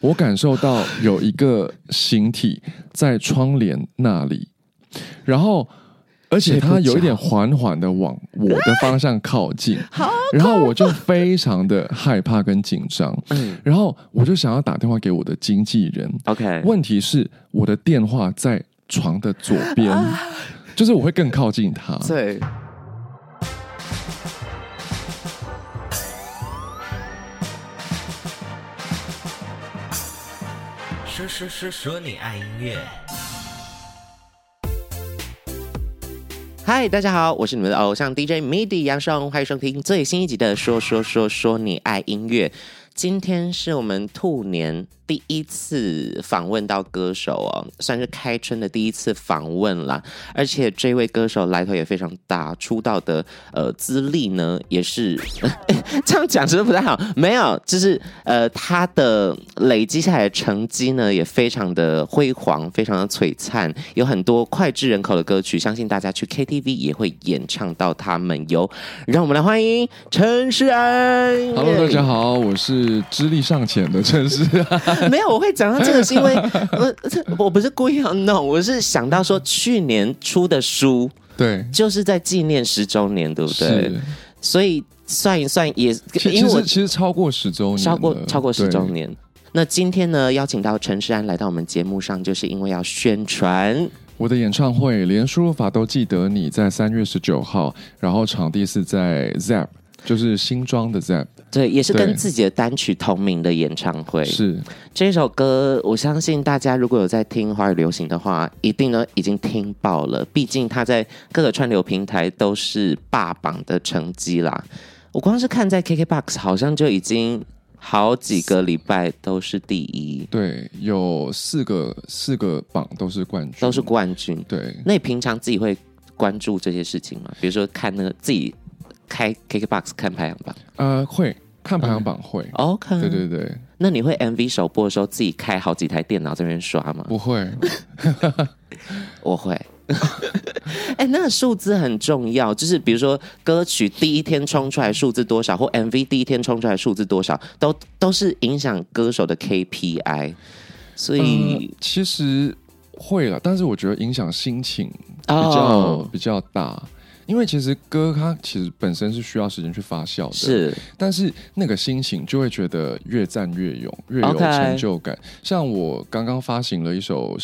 我感受到有一个形体在窗帘那里，然后而且它有一点缓缓的往我的方向靠近，然后我就非常的害怕跟紧张，嗯然后我就想要打电话给我的经纪人， ，OK，问题是我的电话在床的左边，就是我会更靠近他，对，说说说说你爱音乐，嗨，大家好，我是你们的偶像 DJ MIDI 杨尚，欢迎收听最新一集的《说说说说你爱音乐》。今天是我们兔年第一次访问到歌手哦，算是开春的第一次访问啦。而且这位歌手来头也非常大，出道的呃资历呢也是 这样讲真的不太好，没有，就是呃他的累积下来的成绩呢也非常的辉煌，非常的璀璨，有很多脍炙人口的歌曲，相信大家去 KTV 也会演唱到他们哟。让我们来欢迎陈诗安。 Hello，大家好，我是资历尚浅的陈思安。没有，我会讲到这个是因为 我这我不是故意要弄，我是想到说去年出的书对，就是在纪念十周年，对不对？ 是，所以算一算也，其因其为实我其实超过十周年了，超过超过十周对。年。那今天呢，邀请到陈世安来到我们节目上，就是因为要宣传。我的演唱会连输入法都记得你在三月十九号，然后场地是在 ZAP，就是新庄的 ZAP，对，也是跟对自己的单曲同名的演唱会。是这首歌，我相信大家如果有在听华语流行的话，一定呢已经听爆了。毕竟它在各个串流平台都是霸榜的成绩啦。我光是看在 KKBOX 好像就已经好几个礼拜都是第一，对，有四个四个榜都是冠军，都是冠军。对，那你平常自己会关注这些事情吗？比如说看那个自己开 KKBOX 看排行榜呃，会看排行榜会， ，OK？对。对对，那你会 MV 首播的时候自己开好几台电脑在那边刷吗？不会，我会。哎、那个数字很重要，就是比如说歌曲第一天冲出来数字多少，或 MV 第一天冲出来数字多少，都都是影响歌手的 KPI。所以嗯，其实会了，但是我觉得影响心情嗯比较、哦，比较大，因为其实歌它其实本身是需要时间去发酵的，，是但是那个心情就会觉得越战越勇，越有 OK 成就感。像我刚刚发行了一首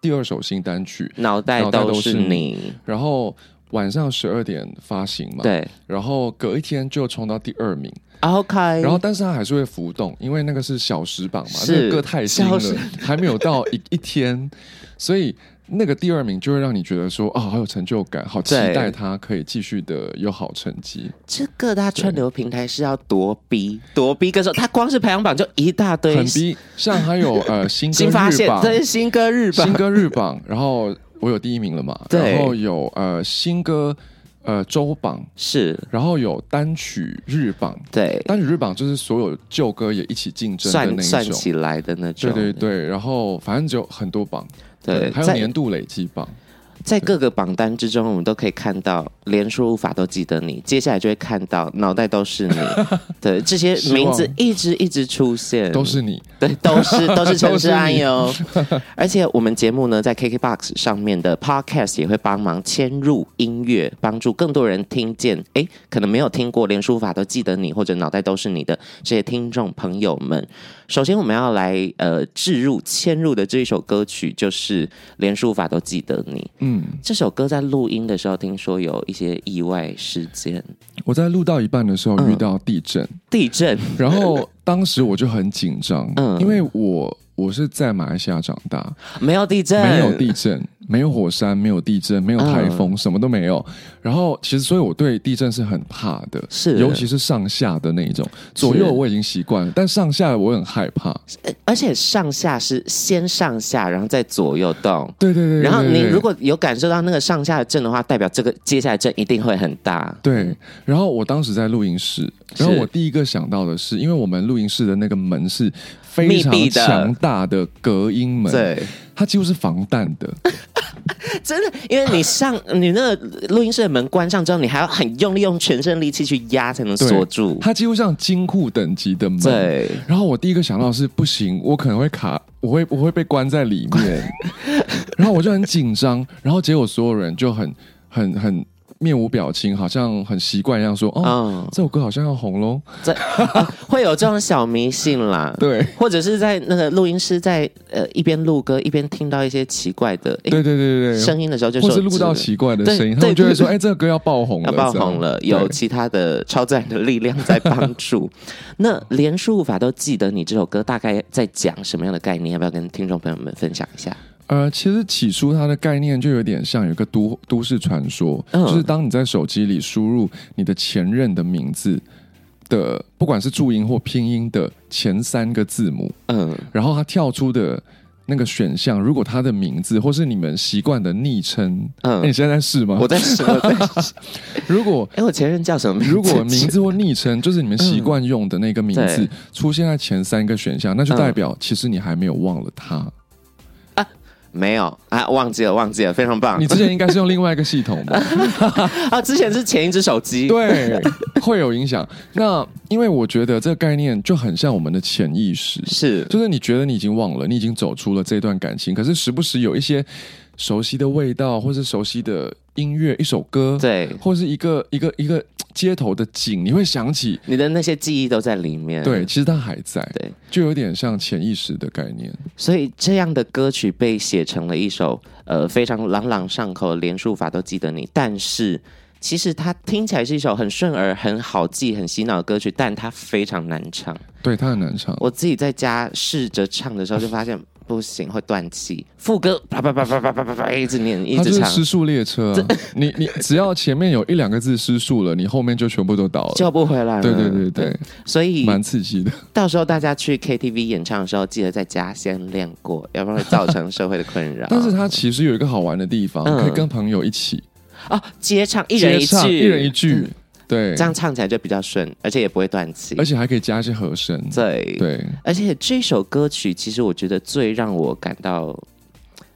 第二首新单曲，脑袋脑袋都都是是你，然后晚上十二点发行嘛，，对然后隔一天就冲到第二名， ，OK。然后，但是它还是会浮动，因为那个是小时榜嘛，哎那是个歌太新小了时， 还没有到一一天，所以那个第二名就会让你觉得说，啊、好有成就感，好期对待它可以继续的有好成绩。这各大串流平台是要多逼多逼歌手，他光是排行榜就一大堆很逼，像还有呃新歌新发日现，榜，这是新歌日新榜，歌日榜，然后我有第一名了嘛，对然后有呃新歌呃周榜，是然后有单曲日榜，对，单曲日榜就是所有旧歌也一起竞争的算那算一种。起来的那种，对对对，然后反正就有很多榜，对，还有在年度累积榜，在各个榜单之中，我们都可以看到，连输入法都记得你，接下来就会看到脑袋 都是你，对，这些名字希望一直一直出现，都是你，对，都是都是陈都世是安你哟。 而且我们节目呢，在 KKBOX 上面的 Podcast 也会帮忙迁入音乐，帮助更多人听见。诶，可能没有听过《连书法都记得你》或者《脑袋都是你的》这些听众朋友们，首先我们要来呃置入迁入的这一首歌曲就是《连书法都记得你》。嗯，这首歌在录音的时候，听说有一些意外事件，我在录到一半的时候嗯遇到地震，地震。然 后当时我就很紧张，嗯因为我我是在马来西亚长大，没有地震，没有地震，没有火山，没有地震，没有台风，什么都没有。然后其实，所以我对地震是很怕的，是尤其是上下的那一种，左右我已经习惯了，但上下我很害怕。呃而且上下是先上下，然后再左右动。对对对对然后对你对如果有感受到那个上下的震的话，代表这个接下来震一定会很大。对，然后我当时在录音室，然后我第一个想到的是，因为我们录音室的那个门是非密常闭的强大的隔音门，，它几乎是防弹的，真的，因为你上 你那个录音室的门关上之后，你还要很用力用全身力气去压才能对锁住。它几乎像金库等级的门。对，然后我第一个想到的是不行，我可能会卡，我会我会被关在里面， 然后我就很紧张，然后结果所有人就很很很面无表情，好像很习惯一样说，哦，嗯，这首歌好像要红喽，这、啊会有这种小迷信啦。对，或者是在那个录音师在呃一边录歌一边听到一些奇怪的诶对对对对声音的时候，就对，或说是录到这个奇怪的对声音，他对们就会对说，哎，这个歌要爆红了，要爆这样红了，有对其他的超自然的力量在帮 助。那连输入法都记得你这首歌大概在讲什么样的概念？要不要跟听众朋友们分享一下？呃，其实起初它的概念就有点像有一个都都市传说，嗯就是当你在手机里输入你的前任的名字的，不管是注音或拼音的前三个字母，嗯，然后它跳出的那个选项，如果他的名字或是你们习惯的昵称，嗯嗯，你现在在试吗我？在试，我在试。 如果哎，我前任叫什么名字？如果名字或昵称就是你们习惯用的那个名字、对出现在前三个选项，那就嗯代表其实你还没有忘了他。没有啊，忘记了，忘记了，非常棒你之前应该是用另外一个系统吧？啊！之前是前一只手机，，对，会有影响。那因为我觉得这个概念就很像我们的潜意识，是就是你觉得你已经忘了，你已经走出了这段感情，可是时不时有一些熟悉的味道，或是熟悉的音乐，一首歌，，对，或是一个一个一个街头的景，你会想起。你的那些记忆都在里面。对，其实它还在，对，就有点像潜意识的概念。所以这样的歌曲被写成了一首呃非常朗朗上口，连书法都记得你。但是其实它听起来是一首很顺耳、很好记、很洗脑的歌曲，但它非常难唱。对，它很难唱。我自己在家试着唱的时候，就发现不行，会断气。副歌啪啪啪啪啪啪啪啪一直念，一它就直是唱。失速列 车啊、你你只要前面有一两个字失速了，你后面就全部都倒了。救不回来了。对对对对，所以蛮刺激的。。到时候大家去 KTV 演唱的时候，记得在家先练过，要不然会造成社会的困扰但是它其实有一个好玩的地方，嗯可以跟朋友一起啊，接唱一人一接唱句，嗯一人一句，对这，样唱起来就比较顺，而且也不会断气。而且还可以加一些和声，对，对，而且这首歌曲其实我觉得最让我感到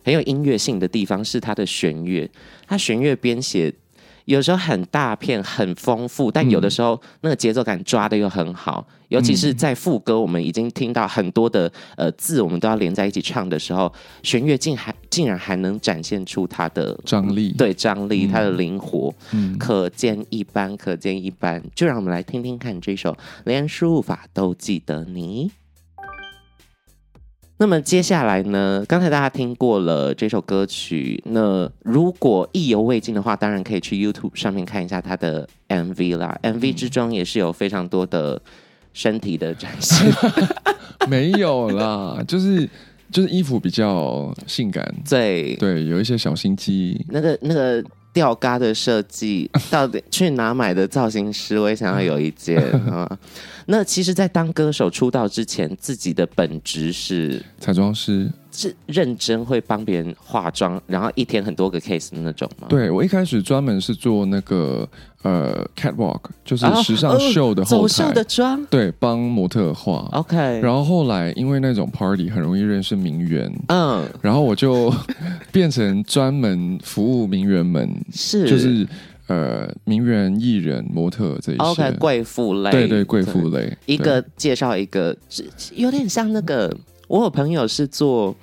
很有音乐性的地方是它的弦乐，它弦乐编写有时候很大片、很丰富，但嗯有的时候那个节奏感抓的又很好，尤其是在副歌，我们已经听到很多的呃字，我们都要连在一起唱的时候，弦乐竟还竟然还能展现出它的张力，，对张力，它的灵活，嗯，可见一斑，可见一斑。就让我们来听听看这首《连输入法都记得你》。那么接下来呢？刚才大家听过了这首歌曲，那如果意犹未尽的话，当然可以去 YouTube 上面看一下它的 MV 啦。MV 之中也是有非常多的身体的展示，没有 啦，就是就是衣服比较性感，对对，有一些小心机，那个那个吊嘎的设 计，到底去哪买的造型师？我也想要有一 件啊。那其实，在当歌手出道之前，自己的本职是彩妆师。是认真会帮别人化妆，然后一天很多个 case 的那种吗？对我一开始专门是做那个呃 catwalk，就是啊，时尚秀的后走台，秀的哦妆对，帮模特画。 ，OK，然后后来因为那种 party 很容易认识名媛，嗯，然后我 就变成专门服务名媛们，是就是呃名媛、艺人、模特这一些。 OK 贵妇类，对对，贵妇类一个对介绍一个，这有点像那个，我有朋友是做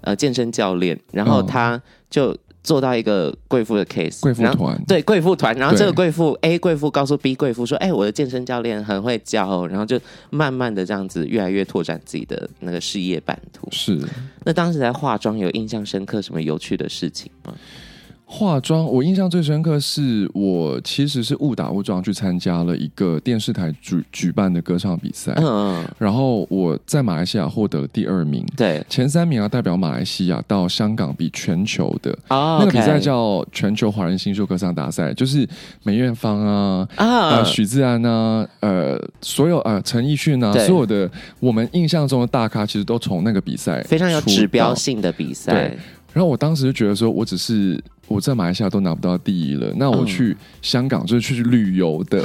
呃健身教练，然后嗯他就做到一个贵妇的 case，贵妇然后团，对贵妇团，然后对这个贵妇 A 贵妇告诉 B 贵妇说：“哎、我的健身教练很会教哦。”然后就慢慢的这样子，越来越拓展自己的那个事业版图。是那当时在化妆有印象深刻什么有趣的事情吗？化妆。我印象最深刻是我其实是误打误撞去参加了一个电视台举举办的歌唱比赛，嗯嗯，然后我在马来西亚获得了第二名。对，前三名要啊代表马来西亚到香港比全球的哦，那个比 OK 赛叫全球华人新秀歌唱大赛，就是梅艳芳啊、啊呃，许志安啊，呃，所有呃陈奕迅啊，对所有的我们印象中的大咖，其实都从那个比赛非常有出道指标。性的比赛对，然后我当时就觉得说，我只是我在马来西亚都拿不到第一了，那我嗯去香港就是去旅游 的，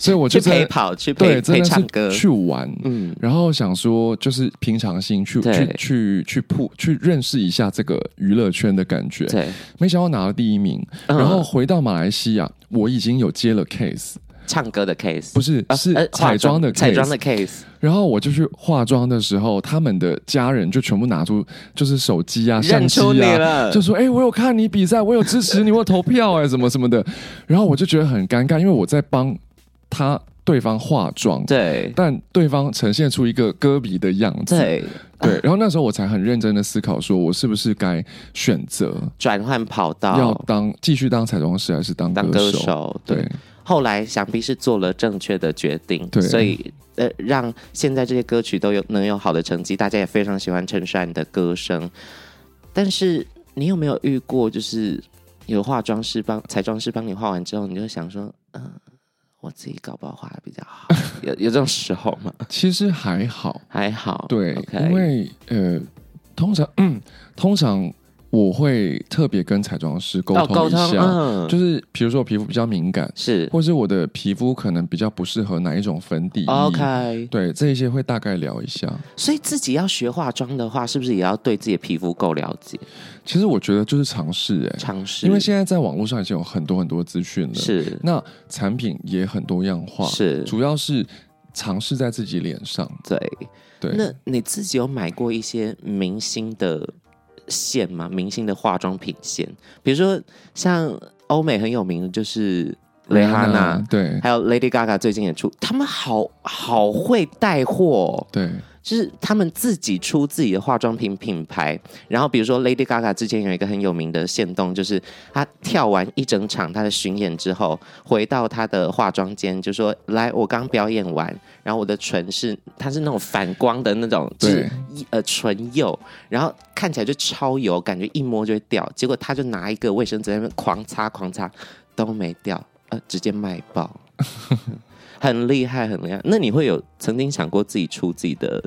所以我就去真陪的跑，去陪对真陪的唱是歌，去玩。嗯，然后想说，就是平常心去对去去去铺去认识一下这个娱乐圈的感觉，对，没想到拿了第一名。嗯然后回到马来西亚，我已经有接了 case，嗯唱歌的 case 不是啊是呃彩妆的 case，彩妆的 case，然后我就去化妆的时候，他们的家人就全部拿出就是手机啊、相认机出你啊，了，就说：“哎、我有看你比赛，我有支持你，我有投票哎、什么什么 的。”然后我就觉得很尴尬，因为我在帮他对方化妆，对但对方呈现出一个歌比的样子。对，对然后那时候我才很认真的思考，说我是不是该选择转换跑要道。当继续当彩妆师，还是当哦当歌歌手？手，对，后来想必是做了正确的决定，对所以呃，让现在这些歌曲都有能有好的成绩，大家也非常喜欢陈珊的歌声。但是你有没有遇过，就是有化妆师帮彩妆师帮你化完之后，你就想说，嗯、我自己搞不好画的比较好，有有这种时候吗？其实还好。还好，对 o 因 k 为呃，通常嗯 通常我会特别跟彩妆师沟要通哦沟一通，下，嗯，就是比如说我皮肤比较敏感，是或是我的皮肤可能比较不适合哪一种粉底液哦 OK，对这一些会大概聊一下。所以自己要学化妆的话，是不是也要对自己的皮肤够了解，其实我觉得就是尝试哎、尝试？因为现在在网络上已经有很多很多资讯了，是那产品也很多样化，是主要是尝试在自己脸上，对。对，那你自己有买过一些明星的线吗？明星的化妆品线，比如说像欧美很有名的就是蕾哈娜 Rihanna，，对还有 Lady Gaga 最近也出，他们好好会带货哦、对就是他们自己出自己的化妆品品牌。然后比如说 Lady Gaga 之前有一个很有名的线动，就是她跳完一整场她的巡演之后，回到她的化妆间就说：“来，我刚表演完，然后我的唇是它是那种反光的那种，就对是一呃唇釉，然后看起来就超油，感觉一摸就会掉。结果她就拿一个卫生纸在那边狂擦狂擦，都没掉，呃，直接卖爆。”很厉害，很厉害。那你会有曾经想过自己出自己的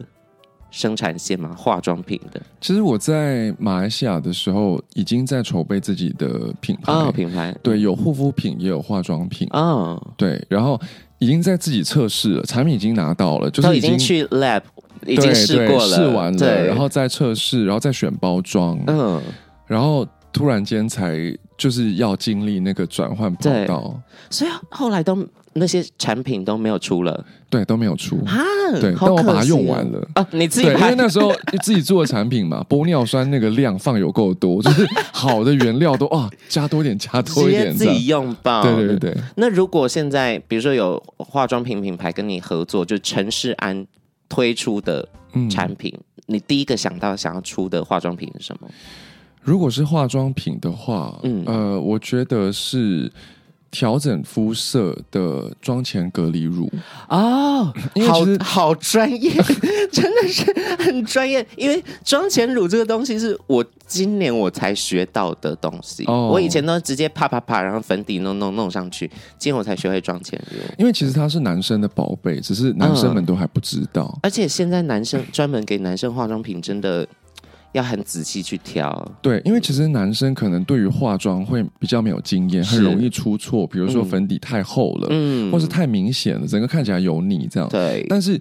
生产线吗？化妆品的其实我在马来西亚的时候，已经在筹备自己的品牌，哦，品牌对，有护肤品，也有化妆品，哦，对，然后已经在自己测试了，产品已经拿到了，就都是已经经去 lab 已已经试过了，试完了，对，然后再测试，然后再选包装，嗯，然后突然间才就是要经历那个转换跑对道，所以后来都那些产品都没有出了对，都没有出，啊，对，好但我可惜把它用完了。啊，你自己对，因把为那时候自己做的产品嘛，玻尿酸那个量放有够多，就是好的原料都啊加多一点，加直多一接点自这样己。用吧，对对对对，那如果现在比如说有化妆品品牌跟你合作，就陈世安推出的嗯产品，你第一个想到想要出的化妆品是什么？如果是化妆品的话，嗯呃，我觉得是调整肤色的妆前隔离乳，哦，因为其实好好专业， 真的是很专业。因为妆前乳这个东西是我今年我才学到的东西，哦我以前都直接啪啪啪，然后粉底弄弄弄上去，今天我才学会妆前乳。因为其实它是男生的宝贝，只是男嗯生们都还不知道。而且现在男生专门给男生化妆品，真的要很仔细去挑。对，因为其实男生可能对于化妆会比较没有经验，是很容易出错，比如说嗯粉底太厚了，嗯或是太明显了，整个看起来油腻这样。对，但是，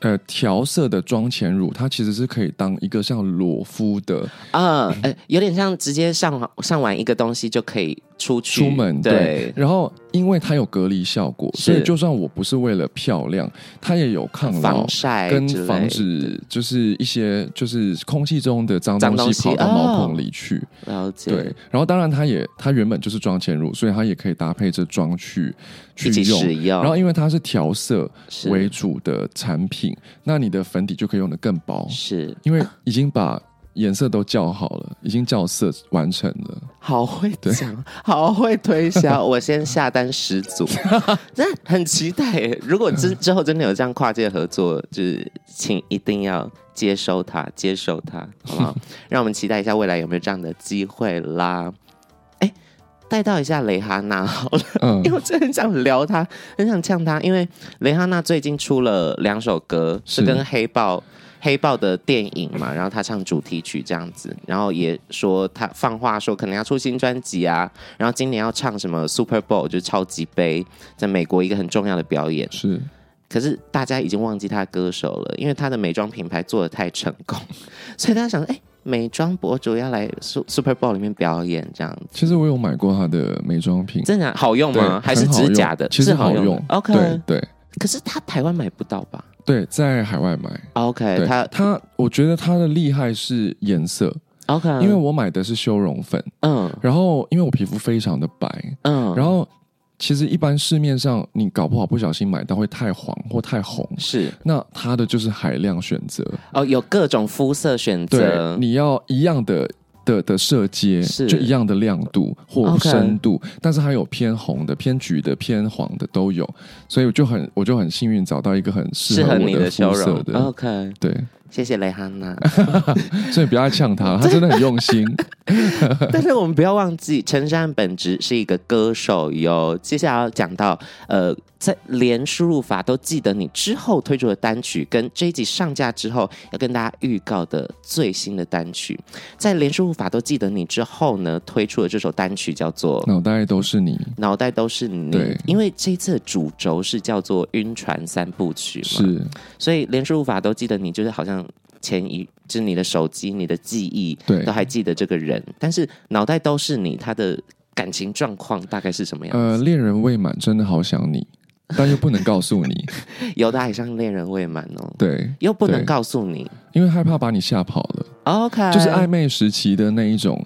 呃，调色的妆前乳，它其实是可以当一个像裸肤的啊、呃，有点像直接上网上完一个东西就可以出去出门对，然后因为它有隔离效果，是所以就算我不是为了漂亮，它也有抗老防晒跟之类防止就是一些就是空气中的脏脏东东西哦西跑到毛孔里去。了解对，然后当然它也它原本就是妆前乳，所以它也可以搭配着妆去去一起使用。用，然后因为它是调色是为主的产品，那你的粉底就可以用的更薄，是因为已经把颜色都校好了，已经校色完成了。好会讲，好会推销， 我先下单十组，真的很期待耶。如果嗯之之后真的有这样跨界合作，就是请一定要接收它，接收 它，好不好？让我们期待一下未来有没有这样的机会啦。哎，带到一下蕾哈娜哦好了，嗯 因为，我真的很想聊她，很想呛她，因为蕾哈娜最近出了两首歌，是是跟黑豹。黑豹的电影嘛，然后他唱主题曲这样子，然后也说他放话说可能要出新专辑啊，然后今年要唱什么 Super Bowl 就是超级杯，在美国一个很重要的表演。是可是大家已经忘记他的歌手了，因为他的美妆品牌做的太成功， 所以大家想说，哎、美妆博主要来 Su- Super Bowl 里面表演这样子，其实我有买过它的美妆品，真的好用对吗？还是很好只用是假的？其实是好好用的。OK，对对可是他台湾买不到吧对，在海外买。啊？OK，对他它，我觉得它的厉害是颜色， OK，因为我买的是修容粉，嗯然后因为我皮肤非常的白，嗯，然后其实一般市面上你搞不好不小心买到会太黄或太红，是那它的就是海量选择，哦，有各种肤色选对择，。你要一样的。的的色阶是就一样的亮度或 OK 深度但是它有偏红的、偏橘的、偏黄的都有，所以我就很我就很幸运找到一个很适适合合我你的修肤色容的， ，OK，对，谢谢蕾哈娜。 所以不要呛他，他真的很用心。哦但是我们不要忘记，陈珊本职是一个歌手哟。接下来要讲到，呃，在连输入法都记得你之后推出的单曲，跟这一集上架之后要跟大家预告的最新的单曲，在连输入法都记得你之后呢，推出的这首单曲叫做脑袋都是你，脑袋都是你对，因为这一次的主轴是叫做晕船三部曲嘛，是所以连输入法都记得你，就是好像前一就是你的手机、你的记忆对都还记得这个人，但是脑袋都是你，他的感情状况大概是什么样呃，子？恋人未满，真的好想你，但又不能告诉 你，有的爱上恋人未满哦，对，又不能对告诉你因为害怕把你吓跑了， ，OK，就是暧昧时期的那一种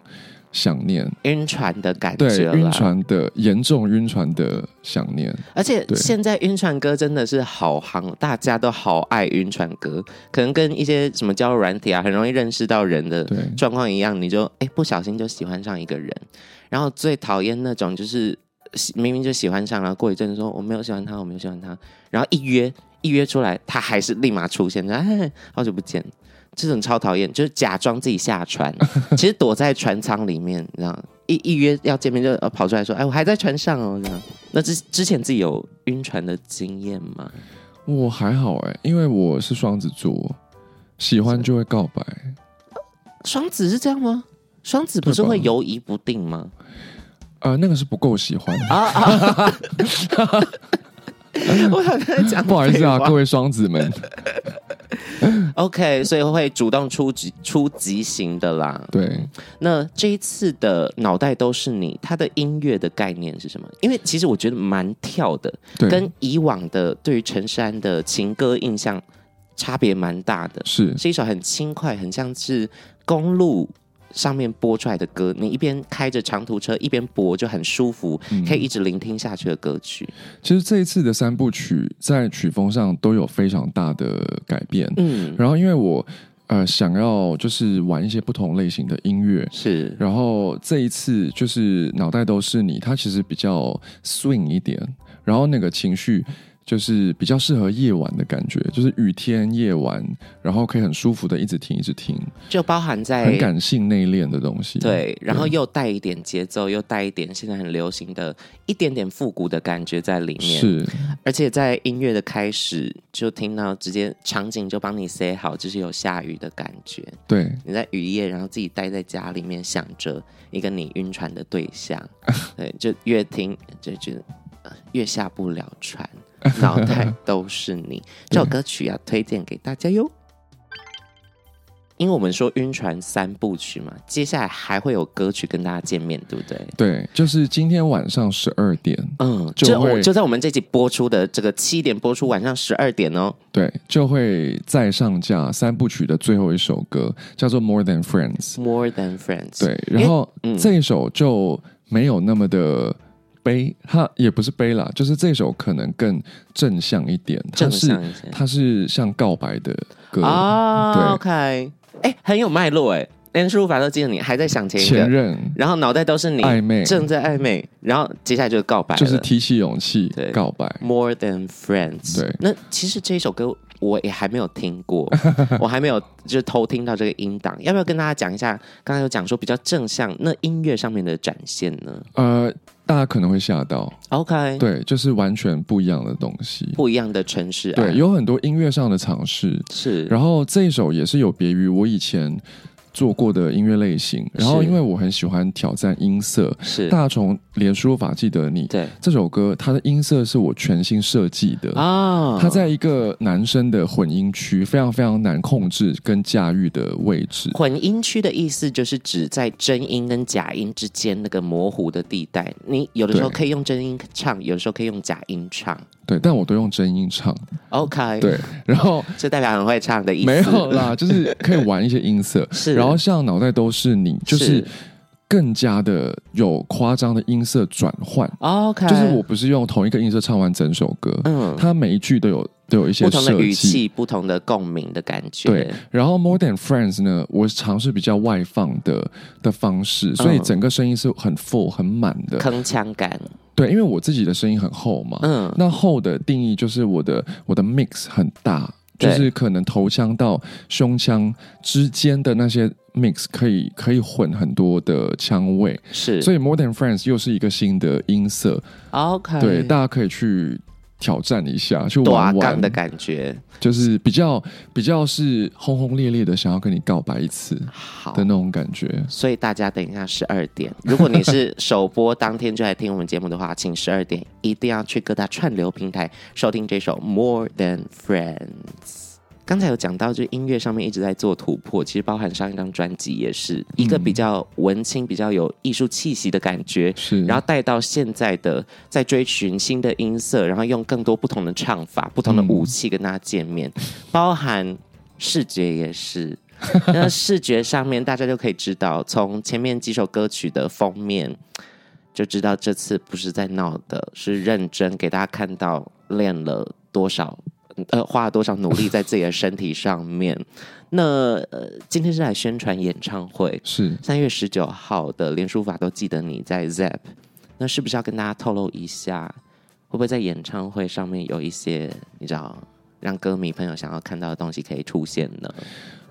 想念，晕船的感对，觉啦晕。船的严重晕船的想念，而且对现在晕船歌真的是好行，大家都好爱晕船歌，可能跟一些什么交友软体啊，很容易认识到人的对，状况一样，你就哎、不小心就喜欢上一个人，然后最讨厌那种就是喜明明就喜欢上了，然后过一阵子说我没有喜欢他，我没有喜欢他，然后一约一约出来，他还是立马出现，说哎好久不见，这种超讨厌，就是假装自己下船， 其实躲在船舱里面，你知道。一一约要见面就呃跑出来说，哎，我还在船上哦，这样。那之之前自己有晕船的经验吗？我还好哎、因为我是双子座，喜欢就会告白，双子是这样吗？双子不是对吧会犹疑不定吗？ 呃，那个是不够喜 欢，我好像在讲不好意思啊，废话各位双子们， OK，所以会主动出击出击型的啦。对，那这一次的脑袋都是你，它的音乐的概念是什么？因为其实我觉得蛮跳的，对，跟以往的对于陈珊的情歌印象差别蛮大的，是是一首很轻快，很像是公路。上面播出来的歌，你一边开着长途车一边播，就很舒服，嗯可以一直聆听下去的歌曲。其实这一次的三部曲在曲风上都有非常大的改变。嗯，然后因为我呃想要就是玩一些不同类型的音乐，是然后这一次就是脑袋都是你，它其实比较 swing 一点，然后那个情绪。就是比较适合夜晚的感觉，就是雨天夜晚，然后可以很舒服的一直听一直听，就包含在很感性内敛的东西。哎对，然后又带一点节奏，又带一点现在很流行的一点点复古的感觉在里面。是而且在音乐的开始就听到直接场景就帮你塞好，就是有下雨的感觉。对，你在雨夜，然后自己待在家里面，想着一个你晕船的对 象，对，就越听就觉得呃越下不了船，脑 袋都是你。这首歌曲要推荐给大家哟。因为我们说晕船三部曲嘛，接下来还会有歌曲跟大家见面，对不对？对，就是今天晚上十二点，嗯，就就我会就在我们这集播出的这个七点播出，晚上十二点哦。对，就会再上架三部曲的最后一首歌，叫做《More Than Friends》。 More than friends，对，然后因为嗯这一首就没有那么的悲，它也不是悲啦，就是这首可能更正向一点，它正是向一些它是像告白的歌，嗯啊、对 o k 哎、很有脉络哎、连输入法都记得你还在想前一前个，任然后脑袋都是你暧昧正在暧昧，然后接下来就是告白了，就是提起勇气对告白， More Than Friends。对那其实这一首歌我也还没有听 过，我还没有就是偷听到这个音档，要不要跟大家讲一下？刚才有讲说比较正向，那音乐上面的展现呢呃，大家可能会吓到， ？OK，，对，就是完全不一样的东西，哎不一样的城市爱，对，有很多音乐上的尝试，是，然后这一首也是有别于我以前做过的音乐类型，然后是因为我很喜欢挑战音色，是，大虫连输入法记得你对这首歌，它的音色是我全新设计的啊，它在一个男生的混音区，非常非常难控制跟驾驭的位置。混音区的意思就是指在真音跟假音之间那个模糊的地带，你有的时候对可以用真音唱，有的时候可以用假音唱。对，但我都用真音唱。 OK，，对，然后这代表很会唱哎的意思。没有啦，就是可以玩一些音色。 是然后像脑袋都是你，就是更加的有夸张的音色转换。 OK，就是我不是用同一个音色唱完整首歌，嗯它每一句都有都有一些不同的设语计。气、不同的共鸣的感觉。对，然后 More Than Friends 呢，我尝试比较外放的的方式，所以嗯整个声音是很 full 很满的。铿锵感，对，因为我自己的声音很厚嘛，嗯那厚的定义就是我的我的 mix 很大，就对是可能头腔到胸腔之间的那些 mix 可以可以混很多的腔位，是，所以以 More Than Friends 又是一个新的音色， OK，对，大家可以去挑战一下，去短玩杠玩啊的感觉，就是比较比较是轰轰烈烈的想要跟你告白一次好的。那种感觉。所以大家等一下十二点，如果你是首播当天就来听我们节目的话，请十二点一定要去各大串流平台收听这首《More Than Friends》。刚才有讲到，就音乐上面一直在做突破，其实包含上一张专辑也是一个比较文青、比较有艺术气息的感觉，是，然后带到现在的，在追寻新的音色，然后用更多不同的唱法、不同的武器跟大家见面，包含视觉也是。那视觉上面大家就可以知道，从前面几首歌曲的封面就知道，这次不是在闹的，是认真给大家看到练了多少，呃，花了多少努力在自己的身体上面。那呃，今天是来宣传演唱会，是三月十九号的连书法都记得你在 Zep，那是不是要跟大家透露一下，会不会在演唱会上面有一些你知道让歌迷朋友想要看到的东西可以出现呢？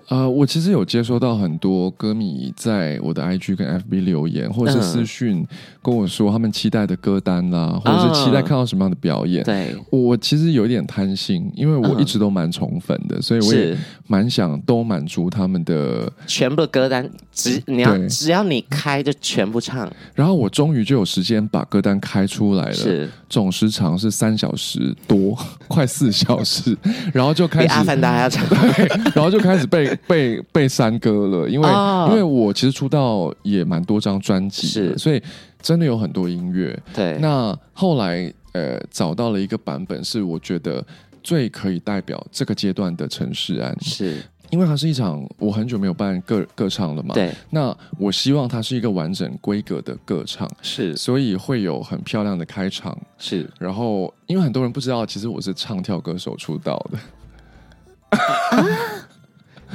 呃，我其实有接收到很多歌迷在我的 IG 跟 FB 留言，或者是嗯私讯跟我说他们期待的歌单啦，或者是期待看到什么样的表演。对，我其实有一点贪心，因为我嗯一直都蛮宠粉的，所以我也是蛮想都满足他们的。全部的歌单，只你要对只要你开就全部唱，然后我终于就有时间把歌单开出来了，是总时长是三小时多， 快四小时，然后就开比始阿凡达还 要长。然后就开始被被被删歌了，因为、啊因为我其实出道也蛮多张专辑的，是所以真的有很多音乐。对，那后来呃找到了一个版本，是我觉得最可以代表这个阶段的陈世安，是因为它是一场我很久没有办个歌唱了嘛。对那我希望它是一个完整规格的歌唱，是所以会有很漂亮的开场。是然后，因为很多人不知道，其实我是唱跳歌手出道的。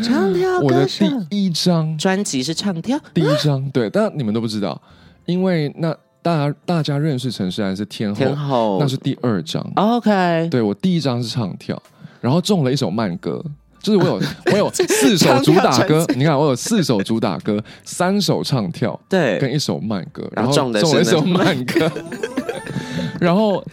唱跳我哦歌的手第一哦张专辑是唱跳，第一张，对，但你们都不知道，因为那大家大家认识陈势安是天后，天后那是第二张。 OK，对我第一张是唱跳，然后中了一首慢歌，就是我有 我有四首主打歌，你看我有四首主打歌，三首唱跳对跟一首慢歌，然然后后中的是了一那首个慢歌， 然后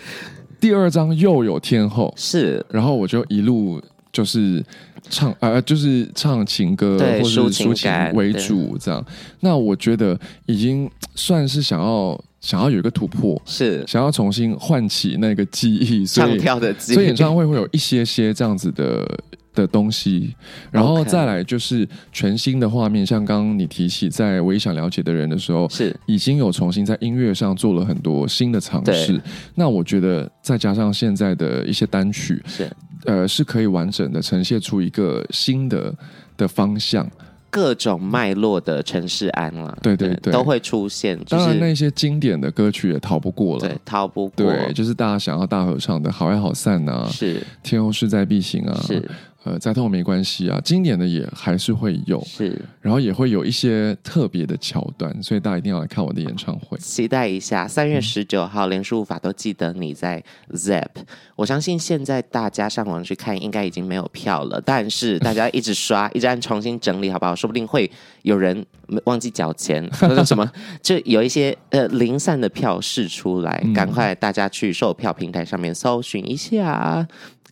第二张又有天后，是然后我就一路就是唱呃，就是唱情歌对或是抒抒情情感为主这样。那我觉得已经算是想要想要有一个突破，是想要重新唤起那个记忆，所唱以跳的记忆，所以演唱会会有一些些这样子的。的东西，然后 OK 再来就是全新的画面，像刚刚你提起，在我也想了解的人的时候，是已经有重新在音乐上做了很多新的尝试对。那我觉得再加上现在的一些单曲，是呃，是可以完整的呈现出一个新的的方向。各种脉络的陈世安啦，对对对都会出现，就当然，是那些经典的歌曲也逃不过了对。逃不过，对，就是大家想要大合唱的《好爱好散》啊，是《天后势在必行》啊，是呃再痛没关系啊，经典的也还是会有，是然后也会有一些特别的桥段，所以大家一定要来看我的演唱会。期待一下，三月十九号，连书法都记得你在 Zep。我相信现在大家上网去看，应该已经没有票了，但是大家一直刷，一直按重新整理，好不好？说不定会有人忘记缴钱，或者什么，就有一些呃零散的票试出来，赶快大家去售票平台上面搜寻一下。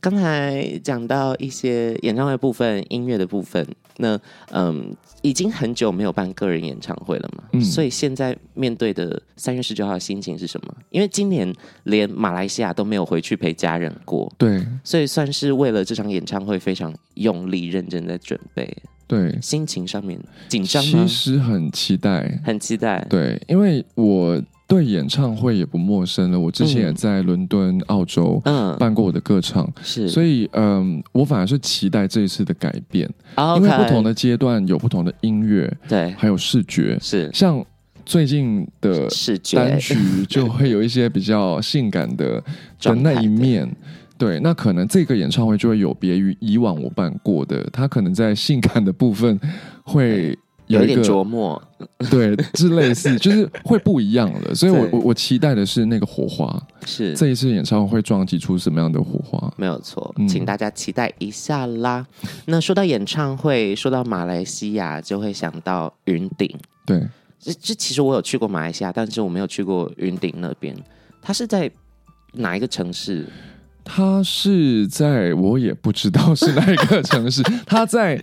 刚才讲到一些演唱会部分、音乐的部分，那嗯，已经很久没有办个人演唱会了嘛，嗯所以现在面对的三月十九号的心情是什么？因为今年连马来西亚都没有回去陪家人过，对所以算是为了这场演唱会非常用力、认真在准备，对，心情上面紧张吗其？实很期待，很期待，对，因为我对演唱会也不陌生了，我之前嗯也在伦敦、澳洲嗯，办过我的歌唱，是，所以嗯，我反而是期待这一次的改变， o 因 k 为不同的阶段有不同的音乐，啊对还有视觉，是像最近的视觉呃单曲就会有一些比较性感的的状态那一对面。对，那可能这个演唱会就会有别于以往我办过的，它可能在性感的部分会有有一一点个琢磨，对，是类似，就是会不一样了。所以我对我我期待的是那个火花，是这一次演唱会会撞击出什么样的火花？没有错嗯，请大家期待一下 啦。那说到演唱会，说到马来西亚，就会想到云顶。对，这这其实我有去过马来西亚，但是我没有去过云顶那边。它是在哪一个城市？他是在我也不知道是哪一个城市， 他在，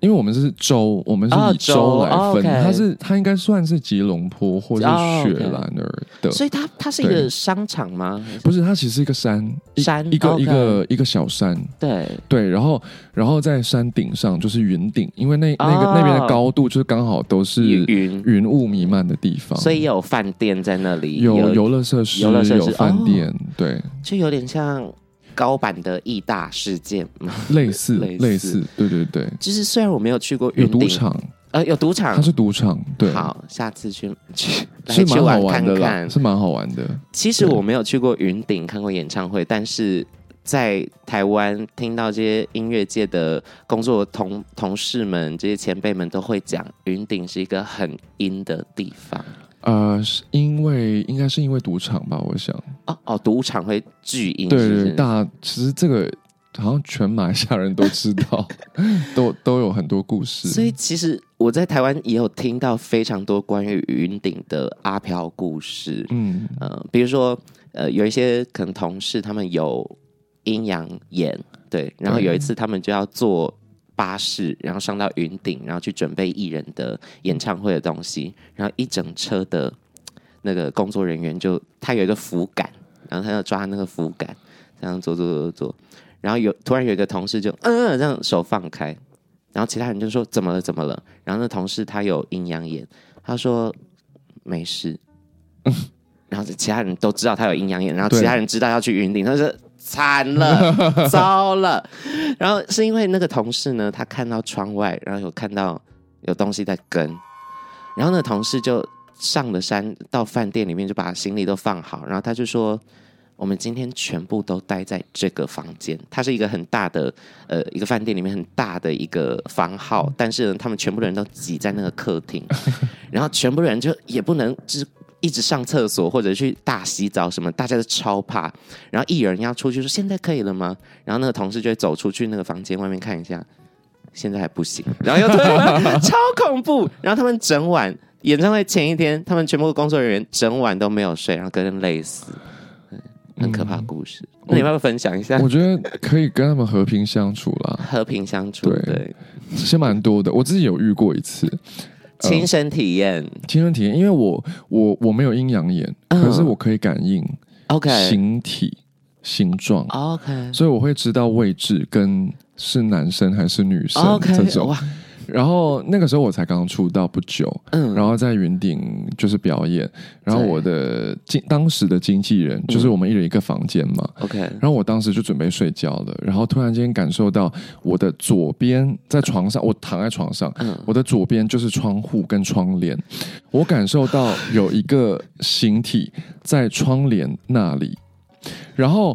因为我们是州，我们是哦以州来分，州哦，OK 他是他应该算是吉隆坡或者哦雪，OK 兰儿的。所以它它是一对个商场吗？不是，它其实是一个山，一山一个 OK 一个一个小山，对，对，然后然后在山顶上就是云顶，因为那那个哦那边的高度就是刚好都是云，云雾弥漫的地方，所以也有饭店在那里，有游乐设施，游乐设施哦有饭店，对，就有点像高版的义大 事件嘛。类似类似类似，对对对，就是虽然我没有去过有云赌顶，场，呃，有赌场它，是赌场，对，好，下次去去 来是去蛮好玩玩看的啦，看。是蛮好玩的，其实对我没有去过云顶看过演唱会，但是在台湾听到这些音乐界的工作同同事们、这些前辈们都会讲，云顶是一个很阴的地方。呃，是因为应该是因为赌场吧，我想，哦哦，赌场会巨阴，啊对是不对是对，大其实这个好像全马来西亚人都知道， 都都有很多故事，所以其实我在台湾也有听到非常多关于云顶的阿飘故事。嗯，呃，比如说呃，有一些可能同事他们有阴阳眼，对，然后有一次他们就要坐巴士，然后上到云顶，然后去准备艺人的演唱会的东西，然后一整车的那个工作人员就他有一个扶杆，然后他要抓那个扶杆，这样做做做做做，然后有突然有一个同事就嗯、这样手放开。然后其他人就说怎么了怎么了？然后那同事他有阴阳眼，他说没事， 然后其他人都知道他有阴阳眼，然后对其他人知道要去云顶，他说惨了，糟了。然后是因为那个同事呢，他看到窗外，然后有看到有东西在跟，然后那个同事就上了山，到饭店里面就把行李都放好，然后他就说。我们今天全部都待在这个房间，它是一个很大的，呃，一个饭店里面很大的一个房号，但是呢，他们全部的人都挤在那个客 厅，然后全部人就也不能就是一直上厕所或者去大洗澡什么，大家都超怕。然后一有人要出去说现在可以了吗？然后那个同事就会走出去那个房间外面看一下，现在还不行，然后又退回 超恐怖。然后他们整晚演唱会前一天，他们全部工作人员整晚都没有睡，然后跟人累死。嗯很可怕的故事，那你要不要分享一下我觉得可以跟他们和平相处啦，和平相处？对对，其实蛮多的，我自己有遇过一次，嗯亲身体验。亲身体验，因为我我我没有阴阳眼，嗯可是我可以感应 OK，OK，形体、形状，所以我会知道位置跟是男生还是女生 OK，这种。哇，然后那个时候我才刚出道不久，嗯，然后在云顶就是表演，然后我的经当时的经纪人嗯就是我们一人一个房间嘛。 OK，然后我当时就准备睡觉了，然后突然间感受到我的左边在床上，我躺在床上，嗯我的左边就是窗户跟窗帘，我感受到有一个形体在窗帘那里，然后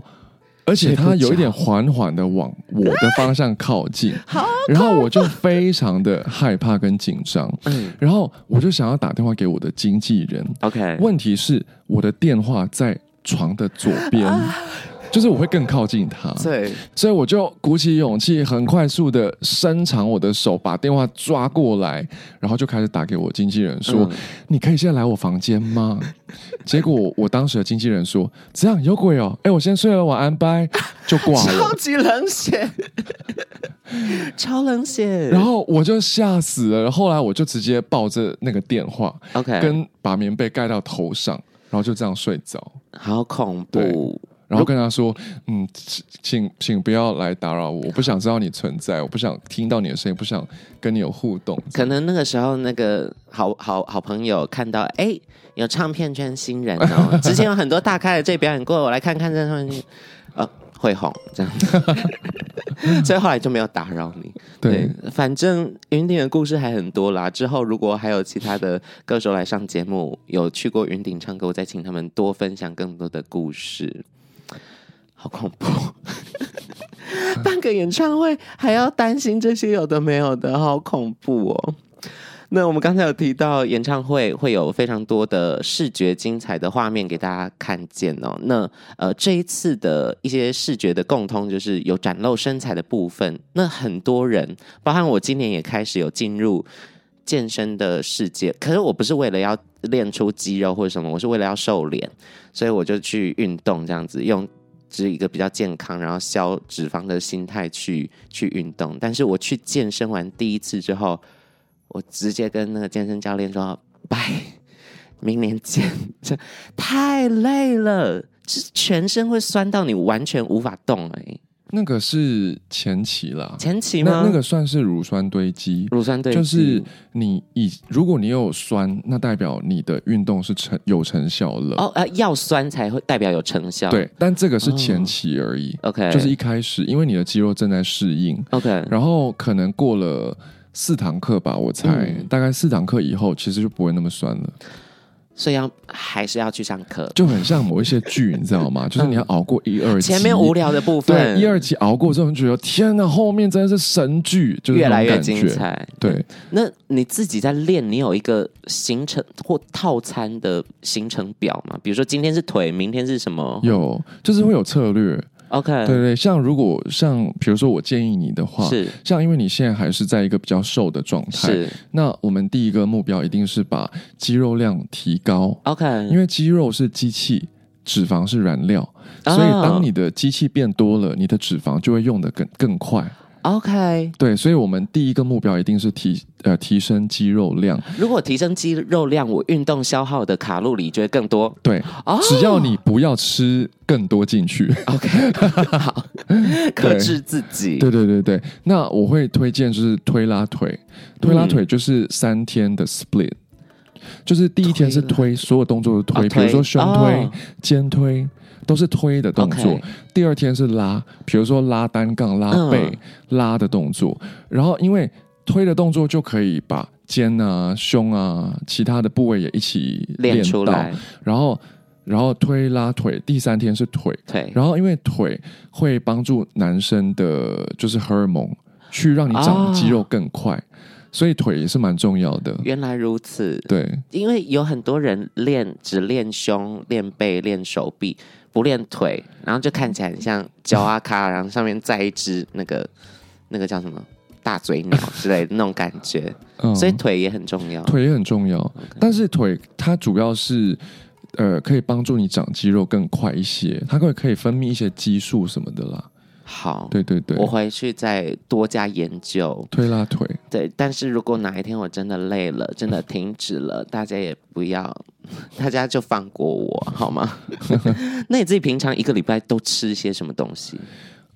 而且它有一点缓缓的往我的方向靠近，然后我就非常的害怕跟紧张，嗯然后我就想要打电话给我的经纪人， ，OK，问题是我的电话在床的左边，就是我会更靠近他，对，啊所以我就鼓起勇气，很快速的伸长我的手，把电话抓过来，然后就开始打给我经纪人说：“嗯你可以现在来我房间吗？” 结果我我当时的经纪人说：“这样有鬼哦！哎，我先睡了，晚安，拜。”就挂 了超。级冷血， 超冷血。然后我就吓死了。后来我就直接抱着那个电话， OK，跟把棉被盖到头上，然后就这样睡着。好恐对怖。然后跟他说：“嗯，请请请不要来打扰我，我不想知道你存在，我不想听到你的声音，不想跟你有互动。”可能那个时候，那个好好好朋友看到，哎、有唱片圈新人 哦，之前有很多大咖的这表演过，我来看看这唱片圈，呃，会红 这样子，所以后来就没有打扰你。对，反正云顶的故事还很多啦。之后如果还有其他的歌手来上节目，有去过云顶唱歌，我再请他们多分享更多的故事。 好恐怖！办个演唱会还要担心这些有的没有的，好恐怖哦。那我们刚才有提到演唱会会有非常多的视觉精彩的画面给大家看见哦。那呃，这一次的一些视觉的共通就是有展露身材的部分。那很多人，包含我今年也开始有进入健身的世界，可是我不是为了要练出肌肉或者什么，我是为了要瘦脸，所以我就去运动这样子用。只是一个比较健康，然后消脂肪的心态去去运动，但是我去健身完第一次之后，我直接跟那个健身教练说：“拜，明年见。” 这太累了，就是全身会酸到你完全无法动哎、那个是前期啦，前期吗？那那个算是乳酸堆积。乳酸对，就是你以如果你有酸，那代表你的运动是成有成效了。哦呃，要酸才会代表有成效。对，但这个是前期而已， ，OK，就是一开始，因为你的肌肉正在适应， OK，然后可能过了四堂课吧，我猜、嗯大概四堂课以后，其实就不会那么酸了。所以要还是要去上课。就很像某一些剧，你知道吗？就是你要熬过一二集，嗯前面无聊的部分，对一二集熬过之后，你就觉得天哪，后面真的是神剧，就是越来那越种感精觉。彩。对，那你自己在练，你有一个行程或套餐的行程表吗？比如说今天是腿，明天是什么有就是会有策略， ？OK，对对对。像如果像比如说我建议你的话，嗯是像因为你现在还是在一个比较瘦的状态，是那我们第一个目标一定是把肌肉量提高， OK，因为肌肉是机器。脂肪是燃料，啊所以当你的机器变多了，你的脂肪就会用得更更快。 OK，对，所以我们第一个目标一定是提呃提升肌肉量。如果提升肌肉量，我运动消耗的卡路里就会更多。对，哦哎只要你不要吃更多进去。 OK，好，克制自己。对对对对，那我会推荐就是推拉腿，推拉嗯腿就是三天的 split，、就是第一天是推推，所有动作都推，哦比如说胸推、哦肩推。都是推的动作 OK 第二天是拉，比如说拉单杠、嗯拉背、拉的动作。然后因为推的动作就可以把肩啊、胸啊、其他的部位也一起练出到来，然后然后推拉腿，第三天是腿，对，然后因为腿会帮助男生的，就是荷尔蒙去让你哦长肌肉更快，所以腿也是蛮重要的。原来如此。对，因为有很多人练只练胸、练背、练手臂，不练腿，然后就看起来很像脚啊卡，然后上面再一只那个那个叫什么大嘴鸟之类的那种感觉，嗯，所以腿也很重要。腿也很重要，嗯但是腿它主要是。呃，可以帮助你长肌肉更快一些，它会可以分泌一些激素什么的啦。好，对对对我，回去再多加研究。推拉腿，对，但是如果哪一天我真的累了，真的停止了，大家也不要， 大家就放过我好吗？ 那你自己平常一个礼拜都吃些什么东西？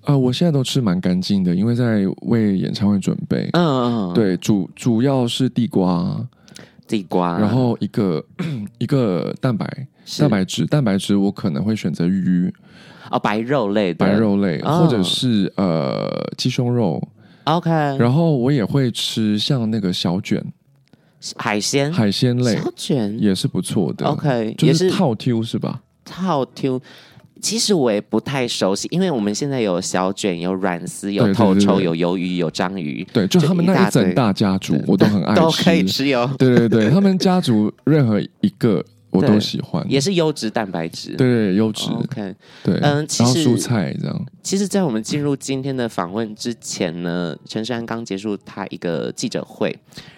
呃，我现在都吃蛮干净的，因为在为演唱会准备。嗯嗯，嗯，啊对，主主要是地瓜，地瓜，然后一个一个蛋白是蛋白质，蛋白质我可能会选择鱼、哦，白肉类的白肉类，哦或者是呃鸡胸肉， ，OK，然后我也会吃像那个小卷海鲜、海鲜类嗯小卷哦也是不错的，OK，就也是是套 Q 是吧？套 Q。其实我也不太熟悉，因为我们现在有小卷、有软丝、有对对透对对抽、对有鱿鱼、有章鱼，对，就他们那一大整堆大家族，我都很爱都可以吃哟，对对对，他们家族任何一个我都对喜欢，也是优质蛋白质。对对对优质， ，OK。对，嗯其然后实蔬菜这样，其实，在我们进入今天的访问之前呢，陈世安刚结束他一个记者会，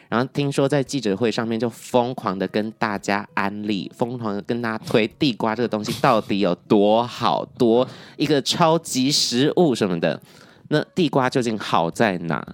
然后听说在记者会上面就疯狂的跟大家安利，疯狂的跟大家推地瓜这个东西到底有多好，多一个超级食物什么的。那地瓜究竟好在哪？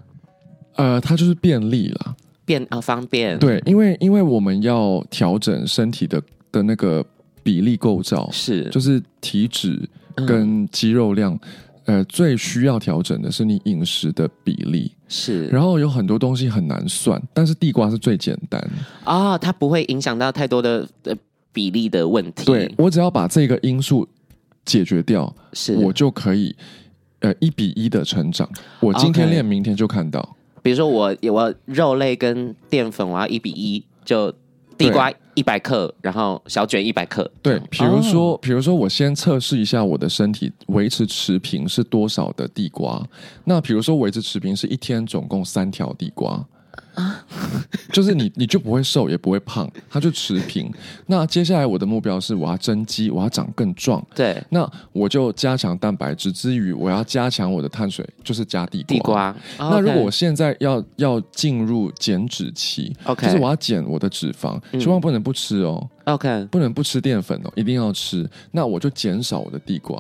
呃，它就是便利啦，便啊、方便，，对，因为因为我们要调整身体的的那个比例构造，是嗯就是体脂跟肌肉量，呃，最需要调整的是你饮食的比例。是，然后有很多东西很难算，但是地瓜是最简单。哦，它不会影响到太多的呃比例的问题，对，我只要把这个因素解决掉，是我就可以呃一比一的成长。我今天 OK 练，明天就看到。比如说我我肉类跟淀粉我要一比一，就地瓜一百克，然后小卷一百克，哦对，比如说，比如说，我先测试一下我的身体维持持平是多少的地瓜。那比如说，维持持平是一天总共三条地瓜啊， 就是你你就不会瘦也不会胖，它就持平。那接下来我的目标是我要增肌，我要长更壮。对，那我就加强蛋白质之余，我要加强我的碳水，就是加地瓜。地瓜。哦那如果我现在要要进入减脂期 OK 就是我要减我的脂肪，嗯千万不能不吃哦。 OK 不能不吃淀粉哦，一定要吃。那我就减少我的地瓜，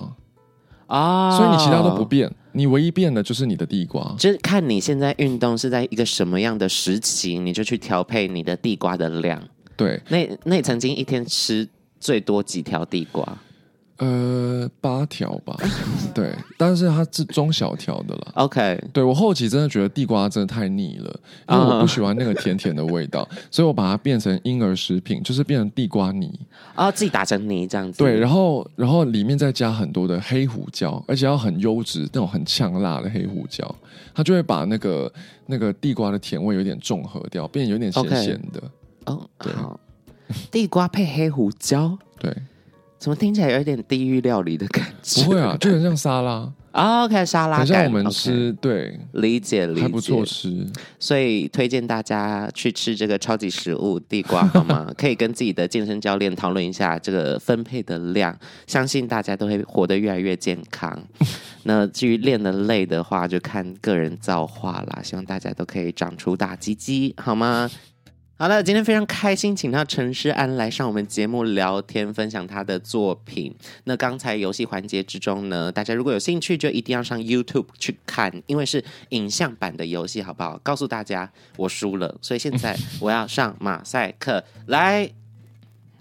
啊、所以你其他都不，变，你唯一变的就是你的地瓜。就是看你现在运动是在一个什么样的时期，你就去调配你的地瓜的量。对，那那你曾经一天吃最多几条地瓜呃，八条 吧，对，但是它是中小条的啦。 ？OK，对我后期真的觉得地瓜真的太腻了，因为我啊不喜欢那个甜甜的味道，所以我把它变成婴儿食品，就是变成地瓜泥。哦，自己打成泥这样子。对，然后然后里面再加很多的黑胡椒，而且要很优质那种很呛辣的黑胡椒，它就会把那个那个地瓜的甜味有点中和掉，变有点咸 OK 咸的。哦，对好，地瓜配黑胡椒， 对，怎么听起来有一点地狱料理的感觉？不会啊，就很像沙拉，哦，OK，沙拉很像感，我们 OK 吃，对，理解理解，还不错吃。所以推荐大家去吃这个超级食物地瓜，好 吗？可以跟自己的健身教练讨论一下这个分配的量，相信大家都会活得越来越健 康。那至于练的累的话，就看个人造化啦。希望大家都可以长出大鸡鸡，好吗？好了，今天非常开心，请到陈诗安来上我们节目聊天，分享她的作品。那刚才游戏环节之中呢，大家如果有兴趣，就一定要上 YouTube 去看，因为是影像版的游戏，好不好？告诉大家，我输了，所以现在我要上马赛克来。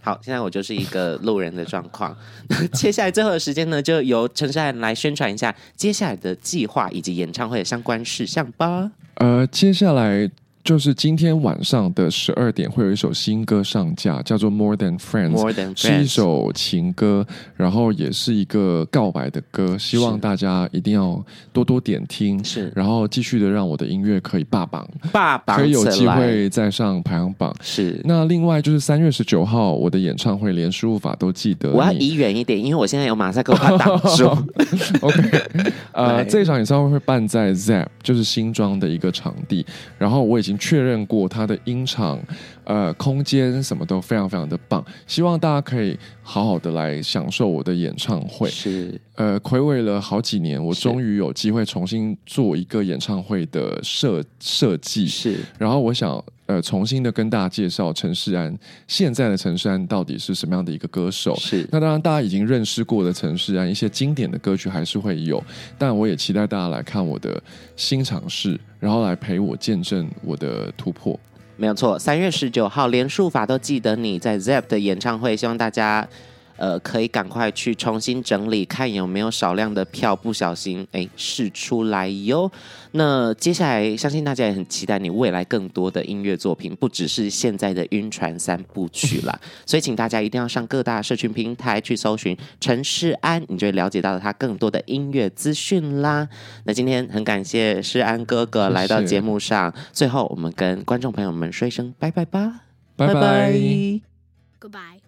好，现在我就是一个路人的状况。 那接下来最后的时间呢，就由陈诗涵来宣传一下接下来的计划以及演唱会的相关事项吧。呃，接下来就是今天晚上的十二点会有一首新歌上架，叫做《More Than Friends》。 More than 是一 friends，首情歌，然后也是一个告白的歌，希望是大家一定要多多点听，是然后继续的让我的音乐可以霸榜，爸爸可以有起机来会再上排行榜。是。那另外就是三月十九号我的演唱会，连输入法都记得你。我要 移远一点，因为我现在有马赛克，我怕挡住。 OK，呃，来这场演唱会会办在 ZAP，就是新庄的一个场地。然后我已经确认过它的音场、呃，空间什么都非常非常的棒，希望大家可以好好的来享受我的演唱 会。是呃，暌违了好几年，我是终于有机会重新做一个演唱会的设设计。是，然后我想，呃，重新的跟大家介绍陈世安现在的陈世安到底是什么样的一个歌手。是那当然，大家已经认识过的城市啊，一些经典的歌曲还是会有，但我也期待大家来看我的新尝试，然后来陪我见证我的突破。没有错，三月十九号，连术法都记得你在 ZEP 的演唱会，希望大家呃可以赶快去重新整理，看有没有少量的票不小心哎试出来哟。那接下来，相信大家也很期待你未来更多的音乐作品，不只是现在的晕船三部曲啦。所以，请大家一定要上各大社群平台去搜寻陈世安，你就会了解到他更多的音乐资讯啦。那今天很感谢世安哥哥谢谢来到节目上，最后我们跟观众朋友们说一声拜拜吧，拜拜。 Goodbye.